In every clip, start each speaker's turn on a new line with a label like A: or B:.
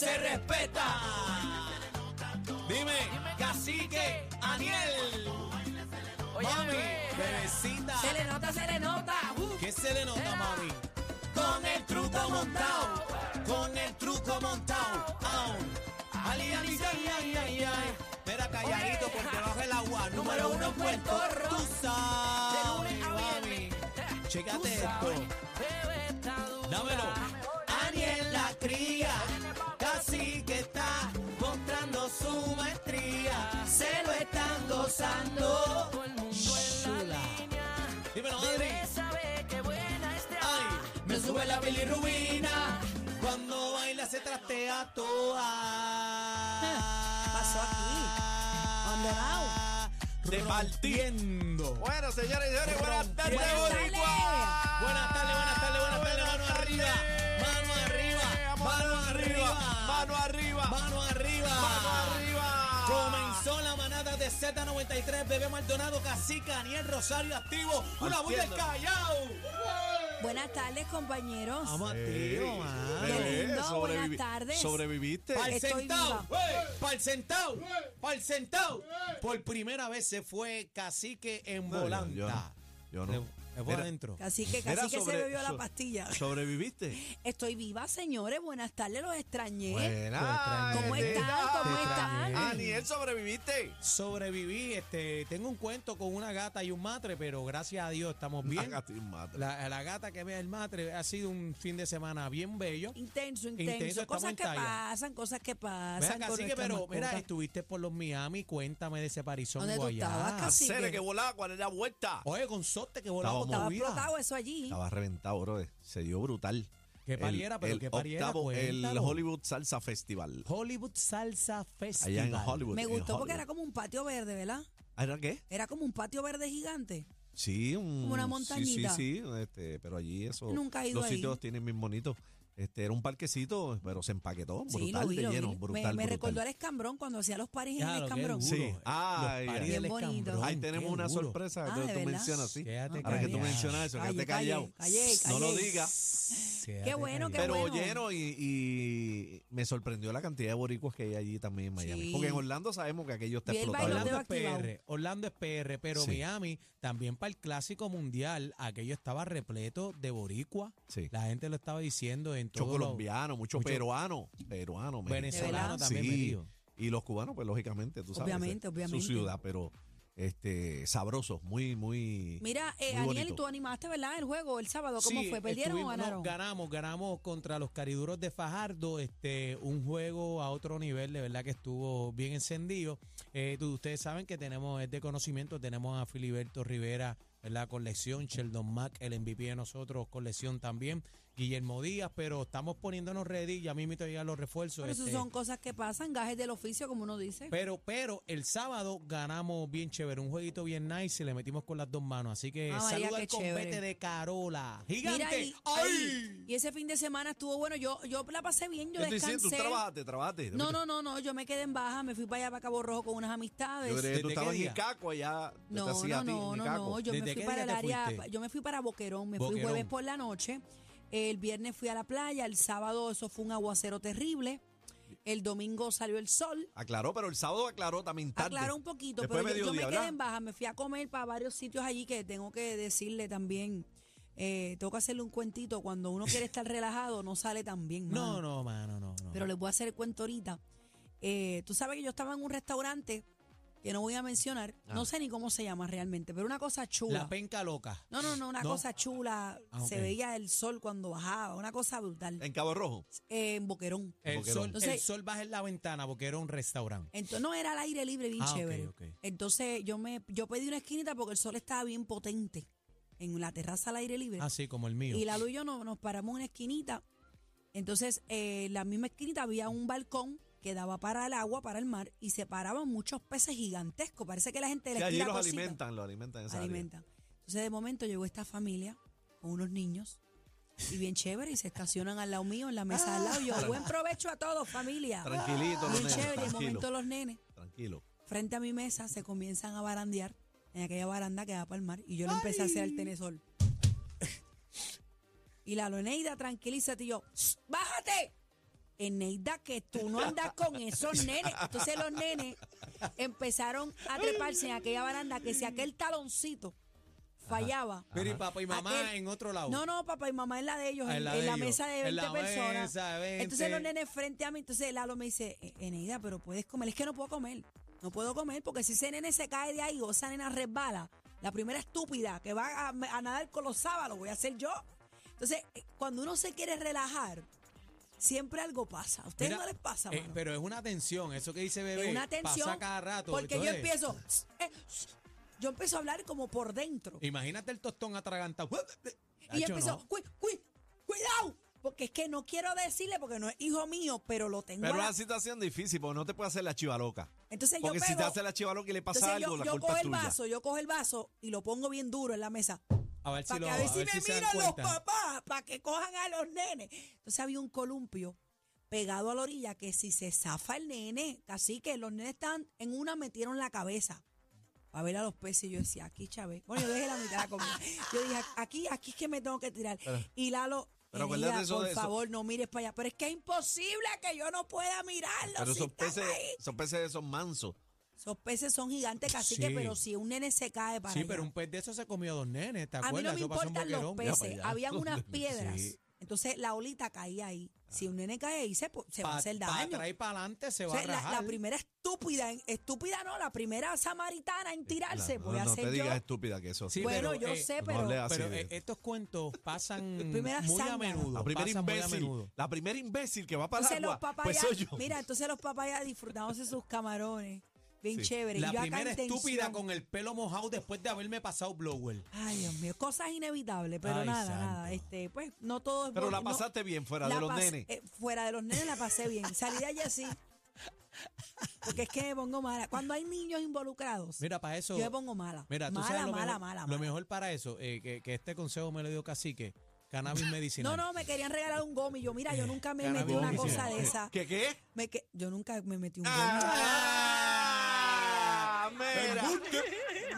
A: Ah, respeta. Dime, cacique, Aniel.
B: Oye,
A: mami,
B: bebé.
A: bebecita.
B: Se le nota, se le nota. Uh.
A: ¿Qué se le nota,
B: Era.
A: mami? Con el truco montado, con el truco montado. Au. Ali, ali, ay, ay, ay, ay. Mira, calladito,
B: Oye.
A: porque bajo el agua. Número
B: Número
A: uno,
B: uno,
A: en Puerto
B: Puerto
A: Rico.
B: Rico.
A: Tú
B: De
A: sabes,
B: lunes a
A: mami.
B: viernes. Eh,
A: Chécate
B: tú sabes,
A: esto.
B: bebé, está dura.
A: Dámelo. Aniel la cría, casi que está mostrando su maestría. Se lo están gozando.
B: Todo el mundo en la
A: Chula.
B: línea.
A: Dímelo, Adri.
B: Bebé sabe qué buena está.
A: Ay, me sube la bilirrubina cuando baila se trastea toda.
C: pasó aquí? ¿Dónde va?
A: Repartiendo.
D: Bueno, señores y señores, buenas tardes,
A: Buenas tardes.
D: Boricua.
A: Buenas tardes, buenas tardes, buenas tardes.
D: Buenas
A: Mano
D: tardes.
A: arriba, mano arriba, mano
D: Vamos, mano
A: arriba,
D: arriba, mano arriba,
A: mano arriba.
D: Mano arriba.
A: Comenzó la manada de Z93, Bebé Maldonado, Cacique, Daniel Rosario activo. Una bulla del
D: Entiendo.
A: Callao.
C: Buenas tardes, compañeros.
A: Vamos activo, mano.
D: Bebé,
C: Qué lindo,
D: sobrevivi-
C: buenas tardes.
D: Sobreviviste.
A: Pa'l
C: Estoy
A: centao,
C: viva.
A: pa'l centao, pa'l centao. Por primera vez se fue Cacique en
D: No, yo-
A: volanta.
D: yo no, yo no.
A: Se- Se fue
D: Mira,
A: adentro.
C: Así que
D: Mira,
C: casi que se
D: sobre-
C: bebió la
D: so-
C: pastilla.
D: ¿Sobreviviste?
A: Eh,
C: Estoy viva, señores. Buenas tardes, los extrañé.
D: Buenas.
C: ¿Cómo están? ¿Cómo
A: Te
C: están?
A: extrañé.
D: Aniel, ¿sobreviviste?
A: Sobreviví, este, tengo un cuento con una gata y un matre, pero gracias a Dios estamos bien.
D: Hágate un mate.
A: La, la gata que vea el matre ha sido un fin de semana bien bello.
C: Intenso, intenso.
A: Intenso, estamos
C: cosas
A: en
C: que
A: talla.
C: pasan, cosas que
A: Ven
C: pasan.
A: acá,
C: con
A: Cacique,
C: nuestras
A: pero mira,
C: mascotas.
A: estuviste por los Miami, cuéntame de ese parizón
C: ¿Dónde tú estabas,
A: allá.
C: Cacique?
D: Hacer
C: que-
D: que volaba, ¿cuál es la vuelta?
A: Oye, con sorte que volaba con
D: Estábamos-
A: tu
C: Estaba
A: vida.
C: explotado eso allí.
D: Estaba reventado, bro. Se dio brutal.
A: Que
D: El-
A: pariera, pero
D: el
A: que pariera,
D: octavo, el
A: cuéntalo.
D: Hollywood Salsa Festival.
A: Hollywood Salsa Festival.
D: Allá en Hollywood.
C: Me
D: en
C: gustó porque era
D: Hollywood.
C: como un patio verde, ¿verdad?
D: Ah, ¿Era qué?
C: Era como un patio verde gigante.
D: Sí, un-
C: Como una
D: sí,
C: montañita.
D: Sí, sí, este, pero allí eso.
C: Nunca he ido
D: Los
C: ahí.
D: sitios tienen bien bonitos. Este, era un parquecito, pero se empaquetó. Brutal
C: sí, lo vi,
D: de
C: lo vi.
D: lleno,
C: Me-
D: brutal.
C: me
D: brutal.
C: recordó al escambrón cuando hacía los paris en el
A: Claro, qué
C: escambrón.
A: duro.
D: Sí.
A: Los
D: Ay,
A: paris
D: ay.
A: del
C: Bien bonito.
A: escambrón,
D: Ahí tenemos
A: qué
D: una
A: duro.
D: sorpresa
C: Ah,
D: que
C: ¿de
D: tú
C: verdad?
D: mencionas, sí.
A: Quédate
D: Ahora que tú
A: callado.
D: mencionas eso,
C: Calle,
D: quédate
C: calle,
D: callado.
C: calle,
D: No lo
C: calle.
D: digas.
C: Qué bueno, qué
D: Pero
C: bueno.
D: lleno y, y me sorprendió la cantidad de boricuas que hay allí también en Miami.
C: Sí.
D: Porque en Orlando sabemos que aquello está
C: Vi el
D: explotado.
C: bailoteo
A: Orlando
C: dedos
A: es PR,
C: activados.
A: Orlando es PR, pero
D: Sí.
A: Miami también para el clásico mundial, aquello estaba repleto de boricua.
D: Sí.
A: La gente lo estaba diciendo en
D: Mucho
A: todo
D: colombiano, mucho,
A: mucho-
D: peruano, peruano, mexicano.
A: Venezolano
C: ¿De
A: también metido.
D: Y los cubanos, pues lógicamente, tú sabes.
C: Obviamente,
D: eh,
C: obviamente.
D: Su ciudad, pero este sabrosos, muy, muy.
C: Mira, eh,
D: muy
C: Aniel,
D: bonito.
C: tú animaste, ¿verdad? El juego el sábado, ¿cómo
A: Sí,
C: fue? ¿Perdieron o
A: estuvimos- no,
C: ganaron?
A: ganamos, ganamos contra los cariduros de Fajardo, este, un juego a otro nivel, de verdad que estuvo bien encendido. Eh, tú- ustedes saben que tenemos, es de conocimiento, tenemos a Filiberto Rivera, ¿verdad? Con lesión, Sheldon Mack, el MVP de nosotros, con lesión también, Guillermo Díaz, pero estamos poniéndonos ready, ya mismo llegan los refuerzos.
C: Pero eso
A: este,
C: son cosas que pasan, gajes del oficio, como uno dice.
A: pero, pero el sábado ganamos bien chévere, un jueguito bien nice y le metimos con las dos manos. Así que
C: Ah, María,
A: saluda
C: qué
A: al compete
C: chévere.
A: de Carola. Gigante.
C: Mira, y,
A: ¡Ay!
C: y ese fin de semana estuvo bueno. Yo, yo la pasé bien, yo
D: Yo te hice, tú
C: descansé.
D: trabajaste, trabajaste.
C: No, no, no, no, yo me quedé en baja, me fui para allá para Cabo Rojo con unas amistades.
D: Yo creí que
A: ¿Desde
D: tú
A: qué
D: estabas en
A: día?
D: Icaco allá. yo te
C: No,
D: hacía
C: no,
D: a ti en
C: no, no,
D: Icaco.
C: no, yo me
A: ¿Desde
C: fui
A: qué
C: para el
A: día te
C: área,
A: fuiste?
C: yo me fui para Boquerón, me fui
A: Boquerón.
C: jueves por la noche, el viernes fui a la playa, el sábado eso fue un aguacero terrible, el domingo salió el sol,
D: Aclaró, pero el sábado aclaró también tarde.
C: aclaró un poquito,
D: Después
C: pero yo, yo
D: mediodía,
C: me quedé
D: ¿verdad?
C: en baja, me fui a comer para varios sitios allí que tengo que decirle también, eh, tengo que hacerle un cuentito, cuando uno quiere estar relajado no sale tan bien.
A: No,
C: mano.
A: no, mano, no, no.
C: pero les voy a hacer el cuento ahorita. Eh, tú sabes que yo estaba en un restaurante que no voy a mencionar, no sé ni cómo se llama realmente, pero una cosa chula.
A: Ah. la penca loca.
C: No, no, no, una
A: No.
C: cosa chula.
A: Ah, ok.
C: Se veía el sol cuando bajaba, una cosa brutal.
D: En Cabo Rojo.
C: Eh, en Boquerón.
A: El
D: Boquerón.
A: sol, el
C: Entonces-
A: sol baja en la ventana porque era un restaurante.
C: Entonces, no era al aire libre, bien
A: Ah, ok,
C: chévere.
A: ok.
C: Entonces, yo me yo pedí una esquinita porque el sol estaba bien potente en la terraza al aire libre.
A: Así Ah, como el mío.
C: y la luz y yo no- nos paramos en una esquinita. Entonces, eh, en la misma esquinita había un balcón que daba para el agua, para el mar, y se paraban muchos peces gigantescos. Parece que la gente
D: Que
C: les
D: allí
C: tira
D: los
C: cositas.
D: alimentan, los alimentan en esa área.
C: alimentan. Entonces de momento llegó esta familia con unos niños y bien chévere y se estacionan al lado mío en la mesa al lado. Y Yo, buen provecho a todos, familia.
D: Tranquilito, los
C: Bien
D: nenes,
C: Ah, chévere, y de
D: Ah. tranquilo.
C: momento los nenes
D: Tranquilo.
C: frente a mi mesa se comienzan a barandear en aquella baranda que da para el mar y yo le empecé a hacer el tenesol. Y la Loneida, tranquilízate y yo, "Shh, ¡bájate! Eneida, que tú no andas con esos nenes. Entonces los nenes empezaron a treparse en aquella baranda que si aquel taloncito fallaba.
A: Pero y papá y mamá
C: Aquel-
A: en otro lado.
C: No, no, papá y mamá es la de ellos,
A: Ah,
C: en,
A: en la
C: en
A: de
C: la
A: ellos.
C: mesa de
A: En
C: 20
A: la
C: personas.
A: mesa de 20.
C: Entonces los nenes frente a mí, entonces Lalo me dice, "E- Eneida, pero puedes comer. Es que no puedo comer, no puedo comer, porque si ese nene se cae de ahí o esa nena resbala, la primera estúpida que va a, a nadar con los sábalos voy a hacer yo. Entonces, eh, cuando uno se quiere relajar, siempre algo pasa. ¿A ustedes
A: Mira,
C: no les pasa,
A: eh,
C: mano?
A: pero es una tensión, eso que dice
C: Es
A: bebé.
C: una tensión.
A: Pasa cada rato.
C: porque yo
A: entonces,
C: empiezo, eh, yo empiezo a hablar como por dentro.
A: Imagínate el tostón atragantado.
C: Y yo
A: Hacho,
C: empezó,
A: no.
C: "Cui- cui- cuidado, porque es que no quiero decirle porque no es hijo mío, pero lo tengo.
D: Pero
C: a
D: es
C: la-
D: una situación difícil porque no te puede hacer la chiva loca.
C: entonces yo
D: Porque si te
C: pego-
D: hace la chiva loca y le pasa
C: entonces
D: algo,
C: yo,
D: la
C: yo
D: culpa
C: cojo
D: es
C: el
D: tuya.
C: vaso, yo cojo el vaso y lo pongo bien duro en la mesa.
A: A ver si
C: para
A: lo
C: que a ver si
A: ver
C: me
A: si se dan
C: miran los
A: cuenta.
C: papás, para que cojan a los nenes. Entonces había un columpio pegado a la orilla que si se zafa el nene, así que los nenes estaban en una metieron la cabeza para ver a los peces. Y yo decía, aquí Chávez. Bueno, yo dejé la mitad de la comida. Yo dije, aquí, aquí es que me tengo que tirar. Y Lalo.
D: pero
C: "Herida,
D: acuérdate eso
C: por
D: de eso".
C: favor, no mires para allá. Pero es que es imposible que yo no pueda mirarlo.
D: Pero
C: si
D: esos
C: están
D: peces,
C: ahí.
D: esos peces son mansos.
C: Esos peces son gigantes, cacique,
A: Sí.
C: pero si un nene se cae para
A: Sí,
C: allá.
A: pero un pez de esos se comió a dos nenes, ¿te
C: A mí no
A: acuerdas?
C: me
A: Eso pasó en
C: importan los
A: Boquerón. Ya,
C: peces.
D: allá.
C: Habían unas piedras.
A: Sí.
C: Entonces la olita caía ahí. Si un nene cae ahí, se, po- se va a
A: pa-
C: hacer
A: pa'
C: daño.
A: atrás y para adelante se
C: O
A: va
C: sea,
A: a
C: la,
A: rajar.
C: la primera estúpida, en- estúpida no, la primera samaritana en tirarse, voy a
D: no, no
C: hacer
D: te
C: yo.
D: digas estúpida que eso.
A: Sí,
C: bueno,
A: pero,
C: yo
A: eh,
C: sé,
D: no
C: pero
D: le hagas-
A: Pero
D: Así
A: eh,
D: es.
A: estos cuentos pasan
C: Primera
A: muy a
C: zángana.
A: menudo.
D: La primera
A: pasan muy a
D: imbécil,
A: menudo.
D: la primera imbécil que va para el
C: entonces los
D: agua,
C: papás
D: pues
C: ya-
D: soy yo.
C: mira, entonces los papás ya disfrutándose sus camarones, bien
D: Sí.
C: chévere. Y
A: La
C: yo acá en
A: primera estúpida
C: tensión.
A: con el pelo mojado después de haberme pasado blower.
C: Ay, Dios mío, cosas inevitables, pero
A: Ay,
C: nada,
A: santo.
C: nada, este, pues no todo es
D: pero
C: bueno,
D: la
C: no-
D: pasaste bien fuera de
C: La
D: los
C: pasé-
D: nenes.
C: eh, fuera de los nenes la pasé bien. Salí de allí así. Porque es que me pongo mala. Cuando hay niños involucrados,
A: Mira, para eso.
C: yo me pongo mala.
A: Mira, tú sabes
C: mala,
A: lo
C: mala,
A: mejor,
C: mala,
A: Lo
C: mala.
A: mejor para eso, eh, que, que este consejo me lo dio Cacique, cannabis medicinal.
C: No, no, me querían regalar un gomi. Yo, mira, yo nunca me
A: Cannabis
C: metí una
A: medicinal.
C: cosa de esa.
D: ¿Qué qué?
C: Me que- yo nunca me metí un
D: Ah, mira.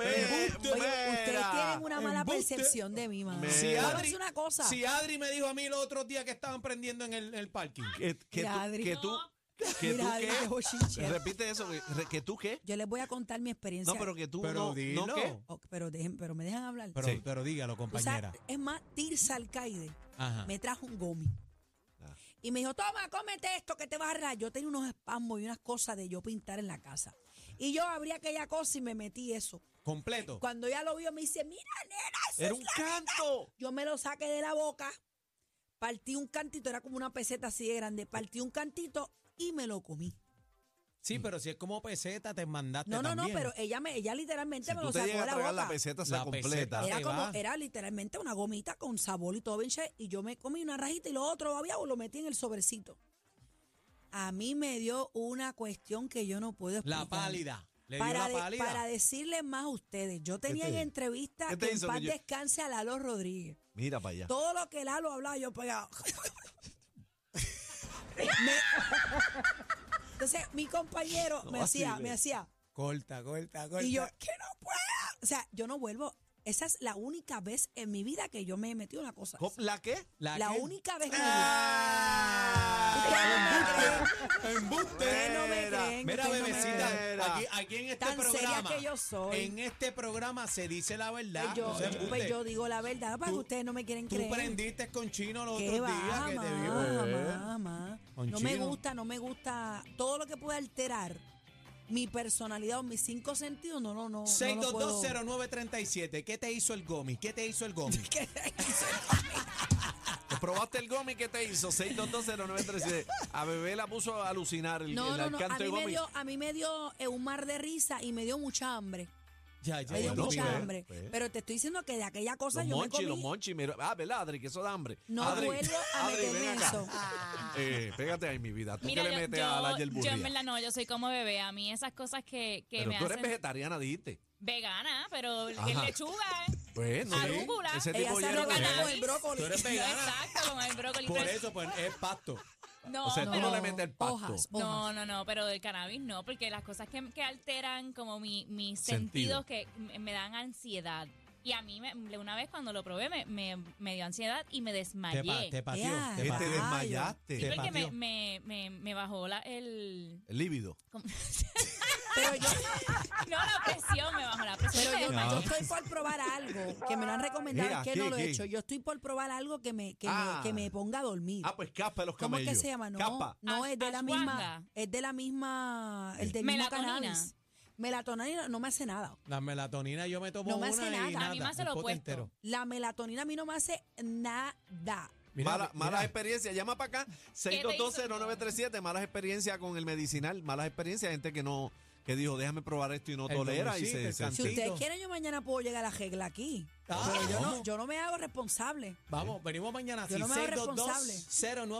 D: eh,
C: gomi. Oye, ustedes tienen una mala
A: Embuste.
C: percepción de mí, mano.
D: Mira.
A: Si
C: Yo no
A: Adri-
C: sé una cosa.
A: Si Adri me dijo a mí los otros días que estaban prendiendo en el, el parking.
D: Que, que
C: Mira,
D: tú,
C: Adri.
D: que tú, que
C: Mira, Adri, qué
D: tú qué?
C: bochinchero.
D: Repite eso, que, re- que tú qué?
C: Yo les voy a contar mi experiencia.
D: No, pero que tú
A: Pero
D: no,
A: dilo.
D: no qué.
C: Oh, pero, dejen, pero me dejan hablar.
A: Pero,
D: Sí.
A: pero dígalo,
C: O sea,
A: compañera.
C: es más, Tirsa Alcaide.
A: Ajá.
C: me trajo un gomi.
D: Ah.
C: Y me dijo, toma, cómete esto que te vas a arreglar. Yo tenía unos espasmos y unas cosas de yo pintar en la casa. Y yo abrí aquella cosa y me metí eso.
D: Oh.
A: Completo.
C: Cuando ella lo vio, me dice, mira, nena, eso
D: Era
C: es
D: un
C: la-".
D: canto.
C: Yo me lo saqué de la boca, partí un cantito, era como una peseta así de grande, partí un cantito y me lo comí.
A: Sí, pero si es como peseta, te mandaste
C: No, no, no,
A: también.
C: pero ella me, ella literalmente
D: Si
C: me
D: tú
C: lo
D: te
C: sacó
D: llegas
C: de la
D: a tragar la
C: boca.
D: peseta,
A: La
D: se completa.
A: peseta.
C: Era
A: te
C: como,
A: Ah, va.
C: era literalmente una gomita con sabor y todo bien chévere, Y yo me comí una rajita y lo otro había o lo metí en el sobrecito. A mí me dio una cuestión que yo no puedo explicar.
A: La pálida. Le dio
C: Para,
A: la
C: de-
A: pálida. Este,
C: para decirles más a ustedes, yo tenía
D: te
C: en
D: hizo?
C: entrevista
D: ¿Qué te
C: que en
D: hizo que
C: paz
D: yo-
C: descanse a Lalo Rodríguez.
D: Mira para allá.
C: Todo lo que Lalo hablaba, yo pegaba. Me- Entonces, mi compañero me hacía, me hacía.
A: Corta, corta, corta.
C: Y yo, que no puedo. O sea, yo no vuelvo. Esa es la única vez en mi vida que yo me he metido una cosa.
D: ¿Cómo- ¿La qué?
C: La,
A: que-
C: única vez en mi
A: Ah,
C: vida. Ah. Ustedes no me creen.
A: Mira,
C: ustedes no me
A: bebecita,
C: creen.
D: Mira.
A: aquí, aquí en este
C: Tan seria
A: programa.
C: que yo soy.
A: En este programa se dice la verdad.
C: Pues yo,
A: no se embuste.
C: pues yo digo la verdad, para que
A: Tú-
C: ustedes no me quieren
A: Tú
C: creer.
A: prendiste con Chino los
C: ¿Qué
A: otros
C: va,
A: días que te vio.
C: mamá,
D: Eh.
C: mamá?
A: Con
C: No me
A: chino.
C: gusta, no me gusta. Todo lo que pueda alterar mi personalidad o mis cinco sentidos, no, no, no. no lo puedo.
A: 6220937. ¿Qué te hizo el gomi? ¿Qué te hizo el gomi?
D: ¿Te probaste el gomi que te hizo? 6220937. A bebé la puso a alucinar el,
C: No,
D: el
C: no, no.
D: canto
C: A
D: de
C: mí, me
D: gomi.
C: dio, a mí me dio eh, un mar de risa y me dio mucha hambre.
A: ya, ya.
C: Me dio
D: Bueno,
C: mucha
D: pues,
C: hambre.
D: pues.
C: Pero te estoy diciendo que de aquella cosa
D: Los
C: yo
D: monchi,
C: me
D: los
C: comí.
D: monchi. mira. Ah, ¿verdad, Adri? Que eso da hambre.
C: No
D: Adri,
C: vuelvo a
D: Adri, ven
C: meterme
D: acá.
C: eso.
D: Eh, pégate ahí, mi vida. Tú que le
E: yo-
D: metes
E: yo,
D: a la
E: yo en
D: yerburría.
E: verdad no, yo soy como bebé. A mí esas cosas que, que
D: Pero
E: me
D: tú
E: hacen
D: eres vegetariana, dijiste.
E: vegana, pero
D: Ajá.
E: el lechuga,
D: Pues, no sé,
E: Arúgula.
D: Ese
C: Ella
D: tipo
C: se
D: ¿eh? ya no
C: arregló
D: es.
E: arregla
C: con el
E: cannabis.
C: brócoli.
A: Tú eres
E: no
A: vegana.
E: exacto, con el brócoli.
A: Por
E: pero-
A: eso, pues es pasto.
E: no,
D: o sea, tú no
E: pero-
D: le metes el pasto.
C: Hojas, hojas.
E: no, no, no, pero del cannabis no, porque las cosas que, que alteran como mi, mis
D: Sentido.
E: sentidos que me- me dan ansiedad. Y a mí, me- de una vez cuando lo probé, me, me, me dio ansiedad y me desmayé.
A: Te, pa- te pateó.
C: Ea. este
A: Te
D: Que te
A: pateó.
C: Ay,
D: desmayaste.
A: Dios.
E: Sí,
A: te
E: porque me,
A: pateó.
E: me, me, me bajó la, el...
D: El líbido.
E: ¿cómo?
C: Pero yo,
E: No, la presión, me bajó la presión.
C: pero
E: y me
C: yo,
E: desmayé.
C: yo estoy por probar algo que me lo han recomendado,
D: Ea,
C: es que
D: ¿qué,
C: no lo he
D: qué?
C: hecho. Yo estoy por probar algo que me, que
D: Ah.
C: me, que me ponga a dormir.
D: Ah, pues capa de los
C: ¿Cómo
D: camellos.
C: es que se llama? No,
D: Capa.
C: no
E: Ash-
C: es de la misma,
E: ashwanga.
C: es de la misma, el del
E: Melatonina.
C: mismo cannabis. Melatonina no me hace nada.
A: La melatonina yo me tomo
C: No me
A: una
C: hace nada.
A: y
E: A
A: nada.
E: mí me hace
A: un
E: lo
A: pote
E: opuesto.
A: entero.
C: La melatonina a mí no me hace nada.
A: Mira,
D: Mala-
A: mira,
D: malas experiencias. Llama para acá.
E: te hizo?
D: 622-0937. Malas experiencias con el medicinal. Malas experiencias. Gente que no que dijo, déjame probar esto y no
A: El
D: tolera. Y
A: dolorcito,
D: se,
A: el
D: se-
A: cansino.
C: Si
A: Tantito.
C: ustedes quieren, yo mañana puedo llegar a la regla aquí.
A: Ah,
C: Pero yo no,
A: ¿cómo?
C: yo no me hago responsable.
A: Vamos, venimos mañana.
C: Yo no me hago responsable.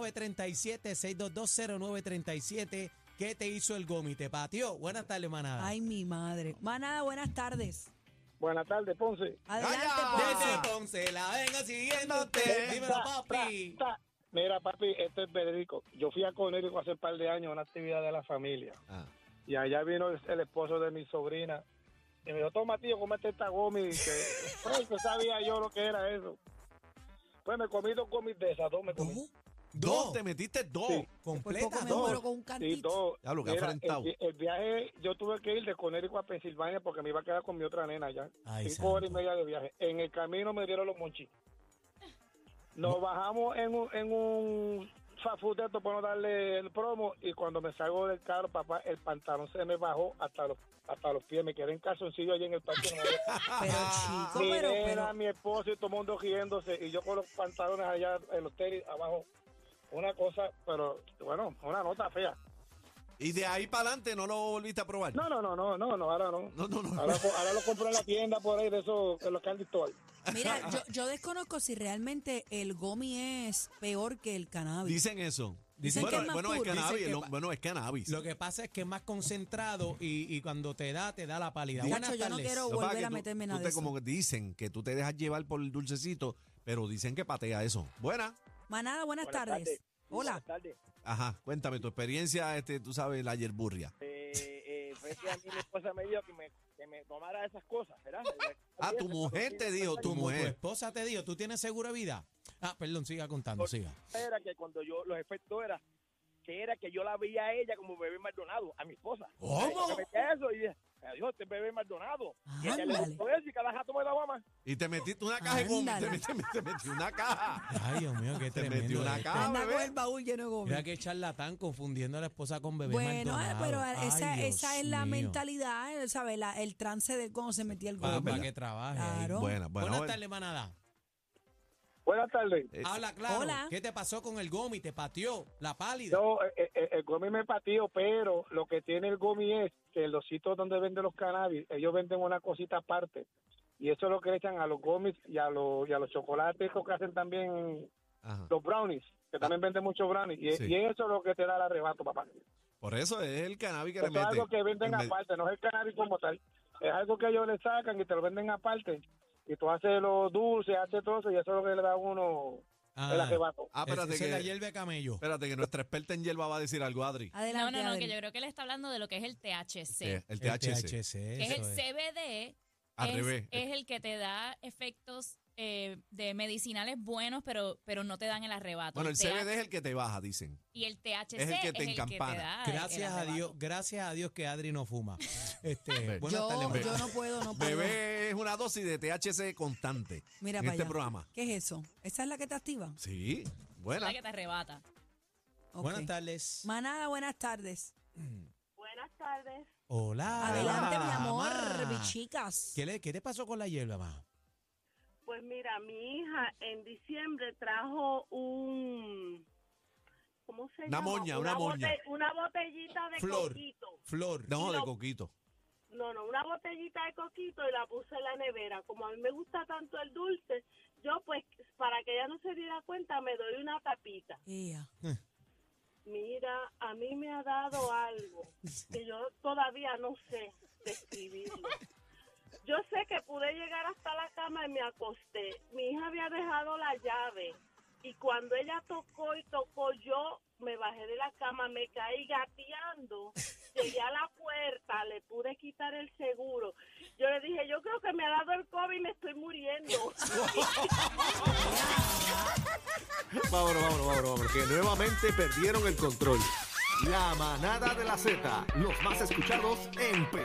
A: 622-0937, 622-0937. ¿Qué te hizo el gomi? ¿Te pateó? Buenas tardes, manada.
C: Ay, mi madre. Manada, buenas tardes.
F: Buenas tardes, Ponce.
C: Adelante,
D: Vaya.
C: Ponce.
A: Desde Ponce la vengo siguiéndote.
D: Ponce.
A: Dímelo,
F: Tra,
A: papi.
F: tra. Mira, papi, esto es Pedrico. Yo fui a Conérico hace un par de años a una actividad de la familia.
D: Ah.
F: Y allá vino el, el esposo de mi sobrina. Y me dijo, toma, tío, comete esta gomi. Que, pues, que sabía yo lo que era eso. Pues me comí dos gomis de esas, dos me comí.
A: Dos.
D: Dos,
A: Dos.
D: te metiste dos.
F: Sí.
C: Por poco
A: Completa.
C: me
F: dos.
C: muero con un
F: Sí,
C: cantito.
F: dos.
D: Ya lo que ha
F: Mira, el,
D: enfrentado.
F: vi- el viaje, yo tuve que ir de Conérico a Pensilvania porque me iba a quedar con mi otra nena allá.
A: Ay,
F: cinco
A: santo.
F: horas y media de viaje. En el camino me dieron los monchis. Nos bajamos en un, en un fast food de esto para no darle el promo y cuando me salgo del carro, papá, el pantalón se me bajó hasta los hasta los pies. Me quedé en calzoncillo allí en el parque. No había-
C: Pero chico,
F: Miré
C: Ah, pero,
F: a
C: pero.
F: mi esposo y todo el mundo riéndose y yo con los pantalones allá en los tenis abajo. Una cosa, pero bueno, una nota fea.
D: Y de ahí para adelante no lo volviste a probar.
F: No, no, no, no, no, no, ahora no.
D: no, no. no.
F: Ahora, co- ahora lo compro en la tienda por ahí de esos, de los candy store.
C: Mira, yo, yo desconozco si realmente el gomi es peor que el cannabis.
D: Dicen eso.
C: Dicen
D: bueno,
C: que es más
D: bueno, es
C: puro.
D: cannabis.
A: Dicen que
D: lo-
A: pa-
D: bueno, es cannabis.
A: Lo que pasa es que es más concentrado y, y cuando te da, te da la pálida.
C: Nacho,
A: Buenas
C: yo no
A: tardes.
C: quiero
D: Lo que pasa es
C: volver
D: que
C: a
D: tú-
C: meterme en
D: tú
C: nada
D: te
C: de eso.
D: como que dicen que tú te dejas llevar por el dulcecito, pero dicen que patea eso. Buena.
C: Manada, buenas,
F: Buenas
C: tardes.
F: tardes.
C: Hola.
F: tardes.
D: Ajá, cuéntame tu experiencia, este, tú sabes, la yerburria.
F: Eh, eh, fue que a mí mi esposa me dijo que me, que me tomara esas cosas, ¿verdad?
D: Ah, tu mujer te dijo, tu
A: Como tu
D: mujer.
A: esposa te dijo, ¿tú tienes seguro de vida? Ah, perdón, siga contando, siga.
F: Era que cuando yo, los efectos era que era que yo la veía a ella como bebé Maldonado, a mi esposa.
D: ¿Cómo?
F: Yo me metía eso y dije, adiós, este es bebé Maldonado. Y ella
C: Ah,
F: le
C: Ándale.
F: gustó eso y cada jato me daba más.
D: Y te metiste una caja de gomis, te
C: Ándale.
D: metí, te metí una caja.
A: Ay, Dios mío, qué
D: Te metí
A: tremendo.
D: una
A: esto.
D: caja,
C: Anda con el
D: bebé.
C: baúl lleno de gomi.
A: Mira que charlatán confundiendo a la esposa con bebé
C: Bueno, ah,
A: Maldonado.
C: pero
A: Ay,
C: esa,
A: Dios
C: esa es la
A: mío.
C: mentalidad, eh, ¿sabes? La- el trance de cómo se metía el
A: Para,
C: gol.
A: para que trabaje. ahí.
C: Claro.
D: Buena, buena.
A: Buenas
D: buena.
A: tardes, manada.
F: Buenas tardes.
D: Eh,
A: Habla claro.
C: Hola.
A: ¿Qué te pasó con el gomi? ¿Te pateó la pálida?
F: No, eh, eh, el gomi me patío, pero lo que tiene el gomi es que en los sitios donde venden los cannabis, ellos venden una cosita aparte. Y eso es lo que le echan a los gomis y a los, y a los chocolates, eso que hacen también
D: ajá.
F: los brownies, que también venden muchos brownies. Y,
D: Ah. Sí.
F: y eso es lo que te da el arrebato, papá.
D: Por eso es el cannabis que
F: Eso
D: le
F: es
D: meten.
F: algo que venden
D: El me-
F: aparte, no es el cannabis como tal. Es algo que ellos le sacan y te lo venden aparte. Y tú haces los dulces, haces todo eso, y eso es lo que le da a uno
A: Ah,
F: el arrebato.
D: Ah,
A: esa
D: espérate
A: es la
D: que,
A: hierba de camello.
D: espérate que nuestra experta en hierba va a decir algo, Adri.
E: No,
C: Adelante.
E: no, no,
C: Adri.
E: que yo creo que él está hablando de lo que es el THC.
D: Eh, el THC.
E: que es el
A: eso es.
E: CBD.
D: Al
E: E, es,
D: revés.
E: es el que te da efectos eh, de medicinales buenos, pero, pero no te dan el arrebato.
D: Bueno, el
E: TH
D: CBD es el que te baja, dicen.
E: Y el THC
D: E es
E: es
D: el
E: el
D: que
E: que
D: te
E: te,
D: encampana.
E: da el- el
A: Gracias a
E: arrebato.
A: Dios, gracias a Dios que Adri no fuma. Este,
D: Ve.
A: buenas
C: Yo-
A: tardes,
D: bebé.
C: yo
A: Manuel.
C: no puedo, no puedo.
D: Bebé es una dosis de THC constante
C: Mira
D: en
C: para
D: este
C: allá.
D: programa.
C: ¿Qué es eso? ¿Esa es la que te activa?
D: Sí,
E: Es
D: buena.
E: la que te arrebata.
C: Ok.
A: Buenas tardes.
C: Manada, buenas tardes.
G: Buenas tardes.
A: Hola.
C: Adelante, mi
A: mamá.
C: amor, mi chicas.
A: ¿Qué, le, ¿Qué te pasó con la hierba, ma?
G: Pues mira, mi hija en diciembre trajo un... ¿Cómo se
D: Una
G: llama?
D: moña, una moña.
G: bote- una botellita de
A: Flor.
G: coquito.
A: Flor.
D: No,
G: Y
D: de
G: lo-
D: coquito.
G: No, no, una botellita de coquito y la puse en la nevera. Como a mí me gusta tanto el dulce, yo pues para que ella no se diera cuenta me doy una tapita.
C: Ea.
G: Mira, a mí me ha dado algo que yo todavía no sé describirlo. Yo sé que pude llegar hasta la cama y me acosté. Mi hija había dejado la llave y cuando ella tocó y tocó yo me bajé de la cama, me caí gateando, llegué a la puerta, le pude quitar el seguro. Yo le dije, yo creo que me ha dado el COVID y me estoy muriendo.
D: Vámonos, vámonos, vámonos, vámonos, que nuevamente perdieron el control. La manada de la Z, los más escuchados en P.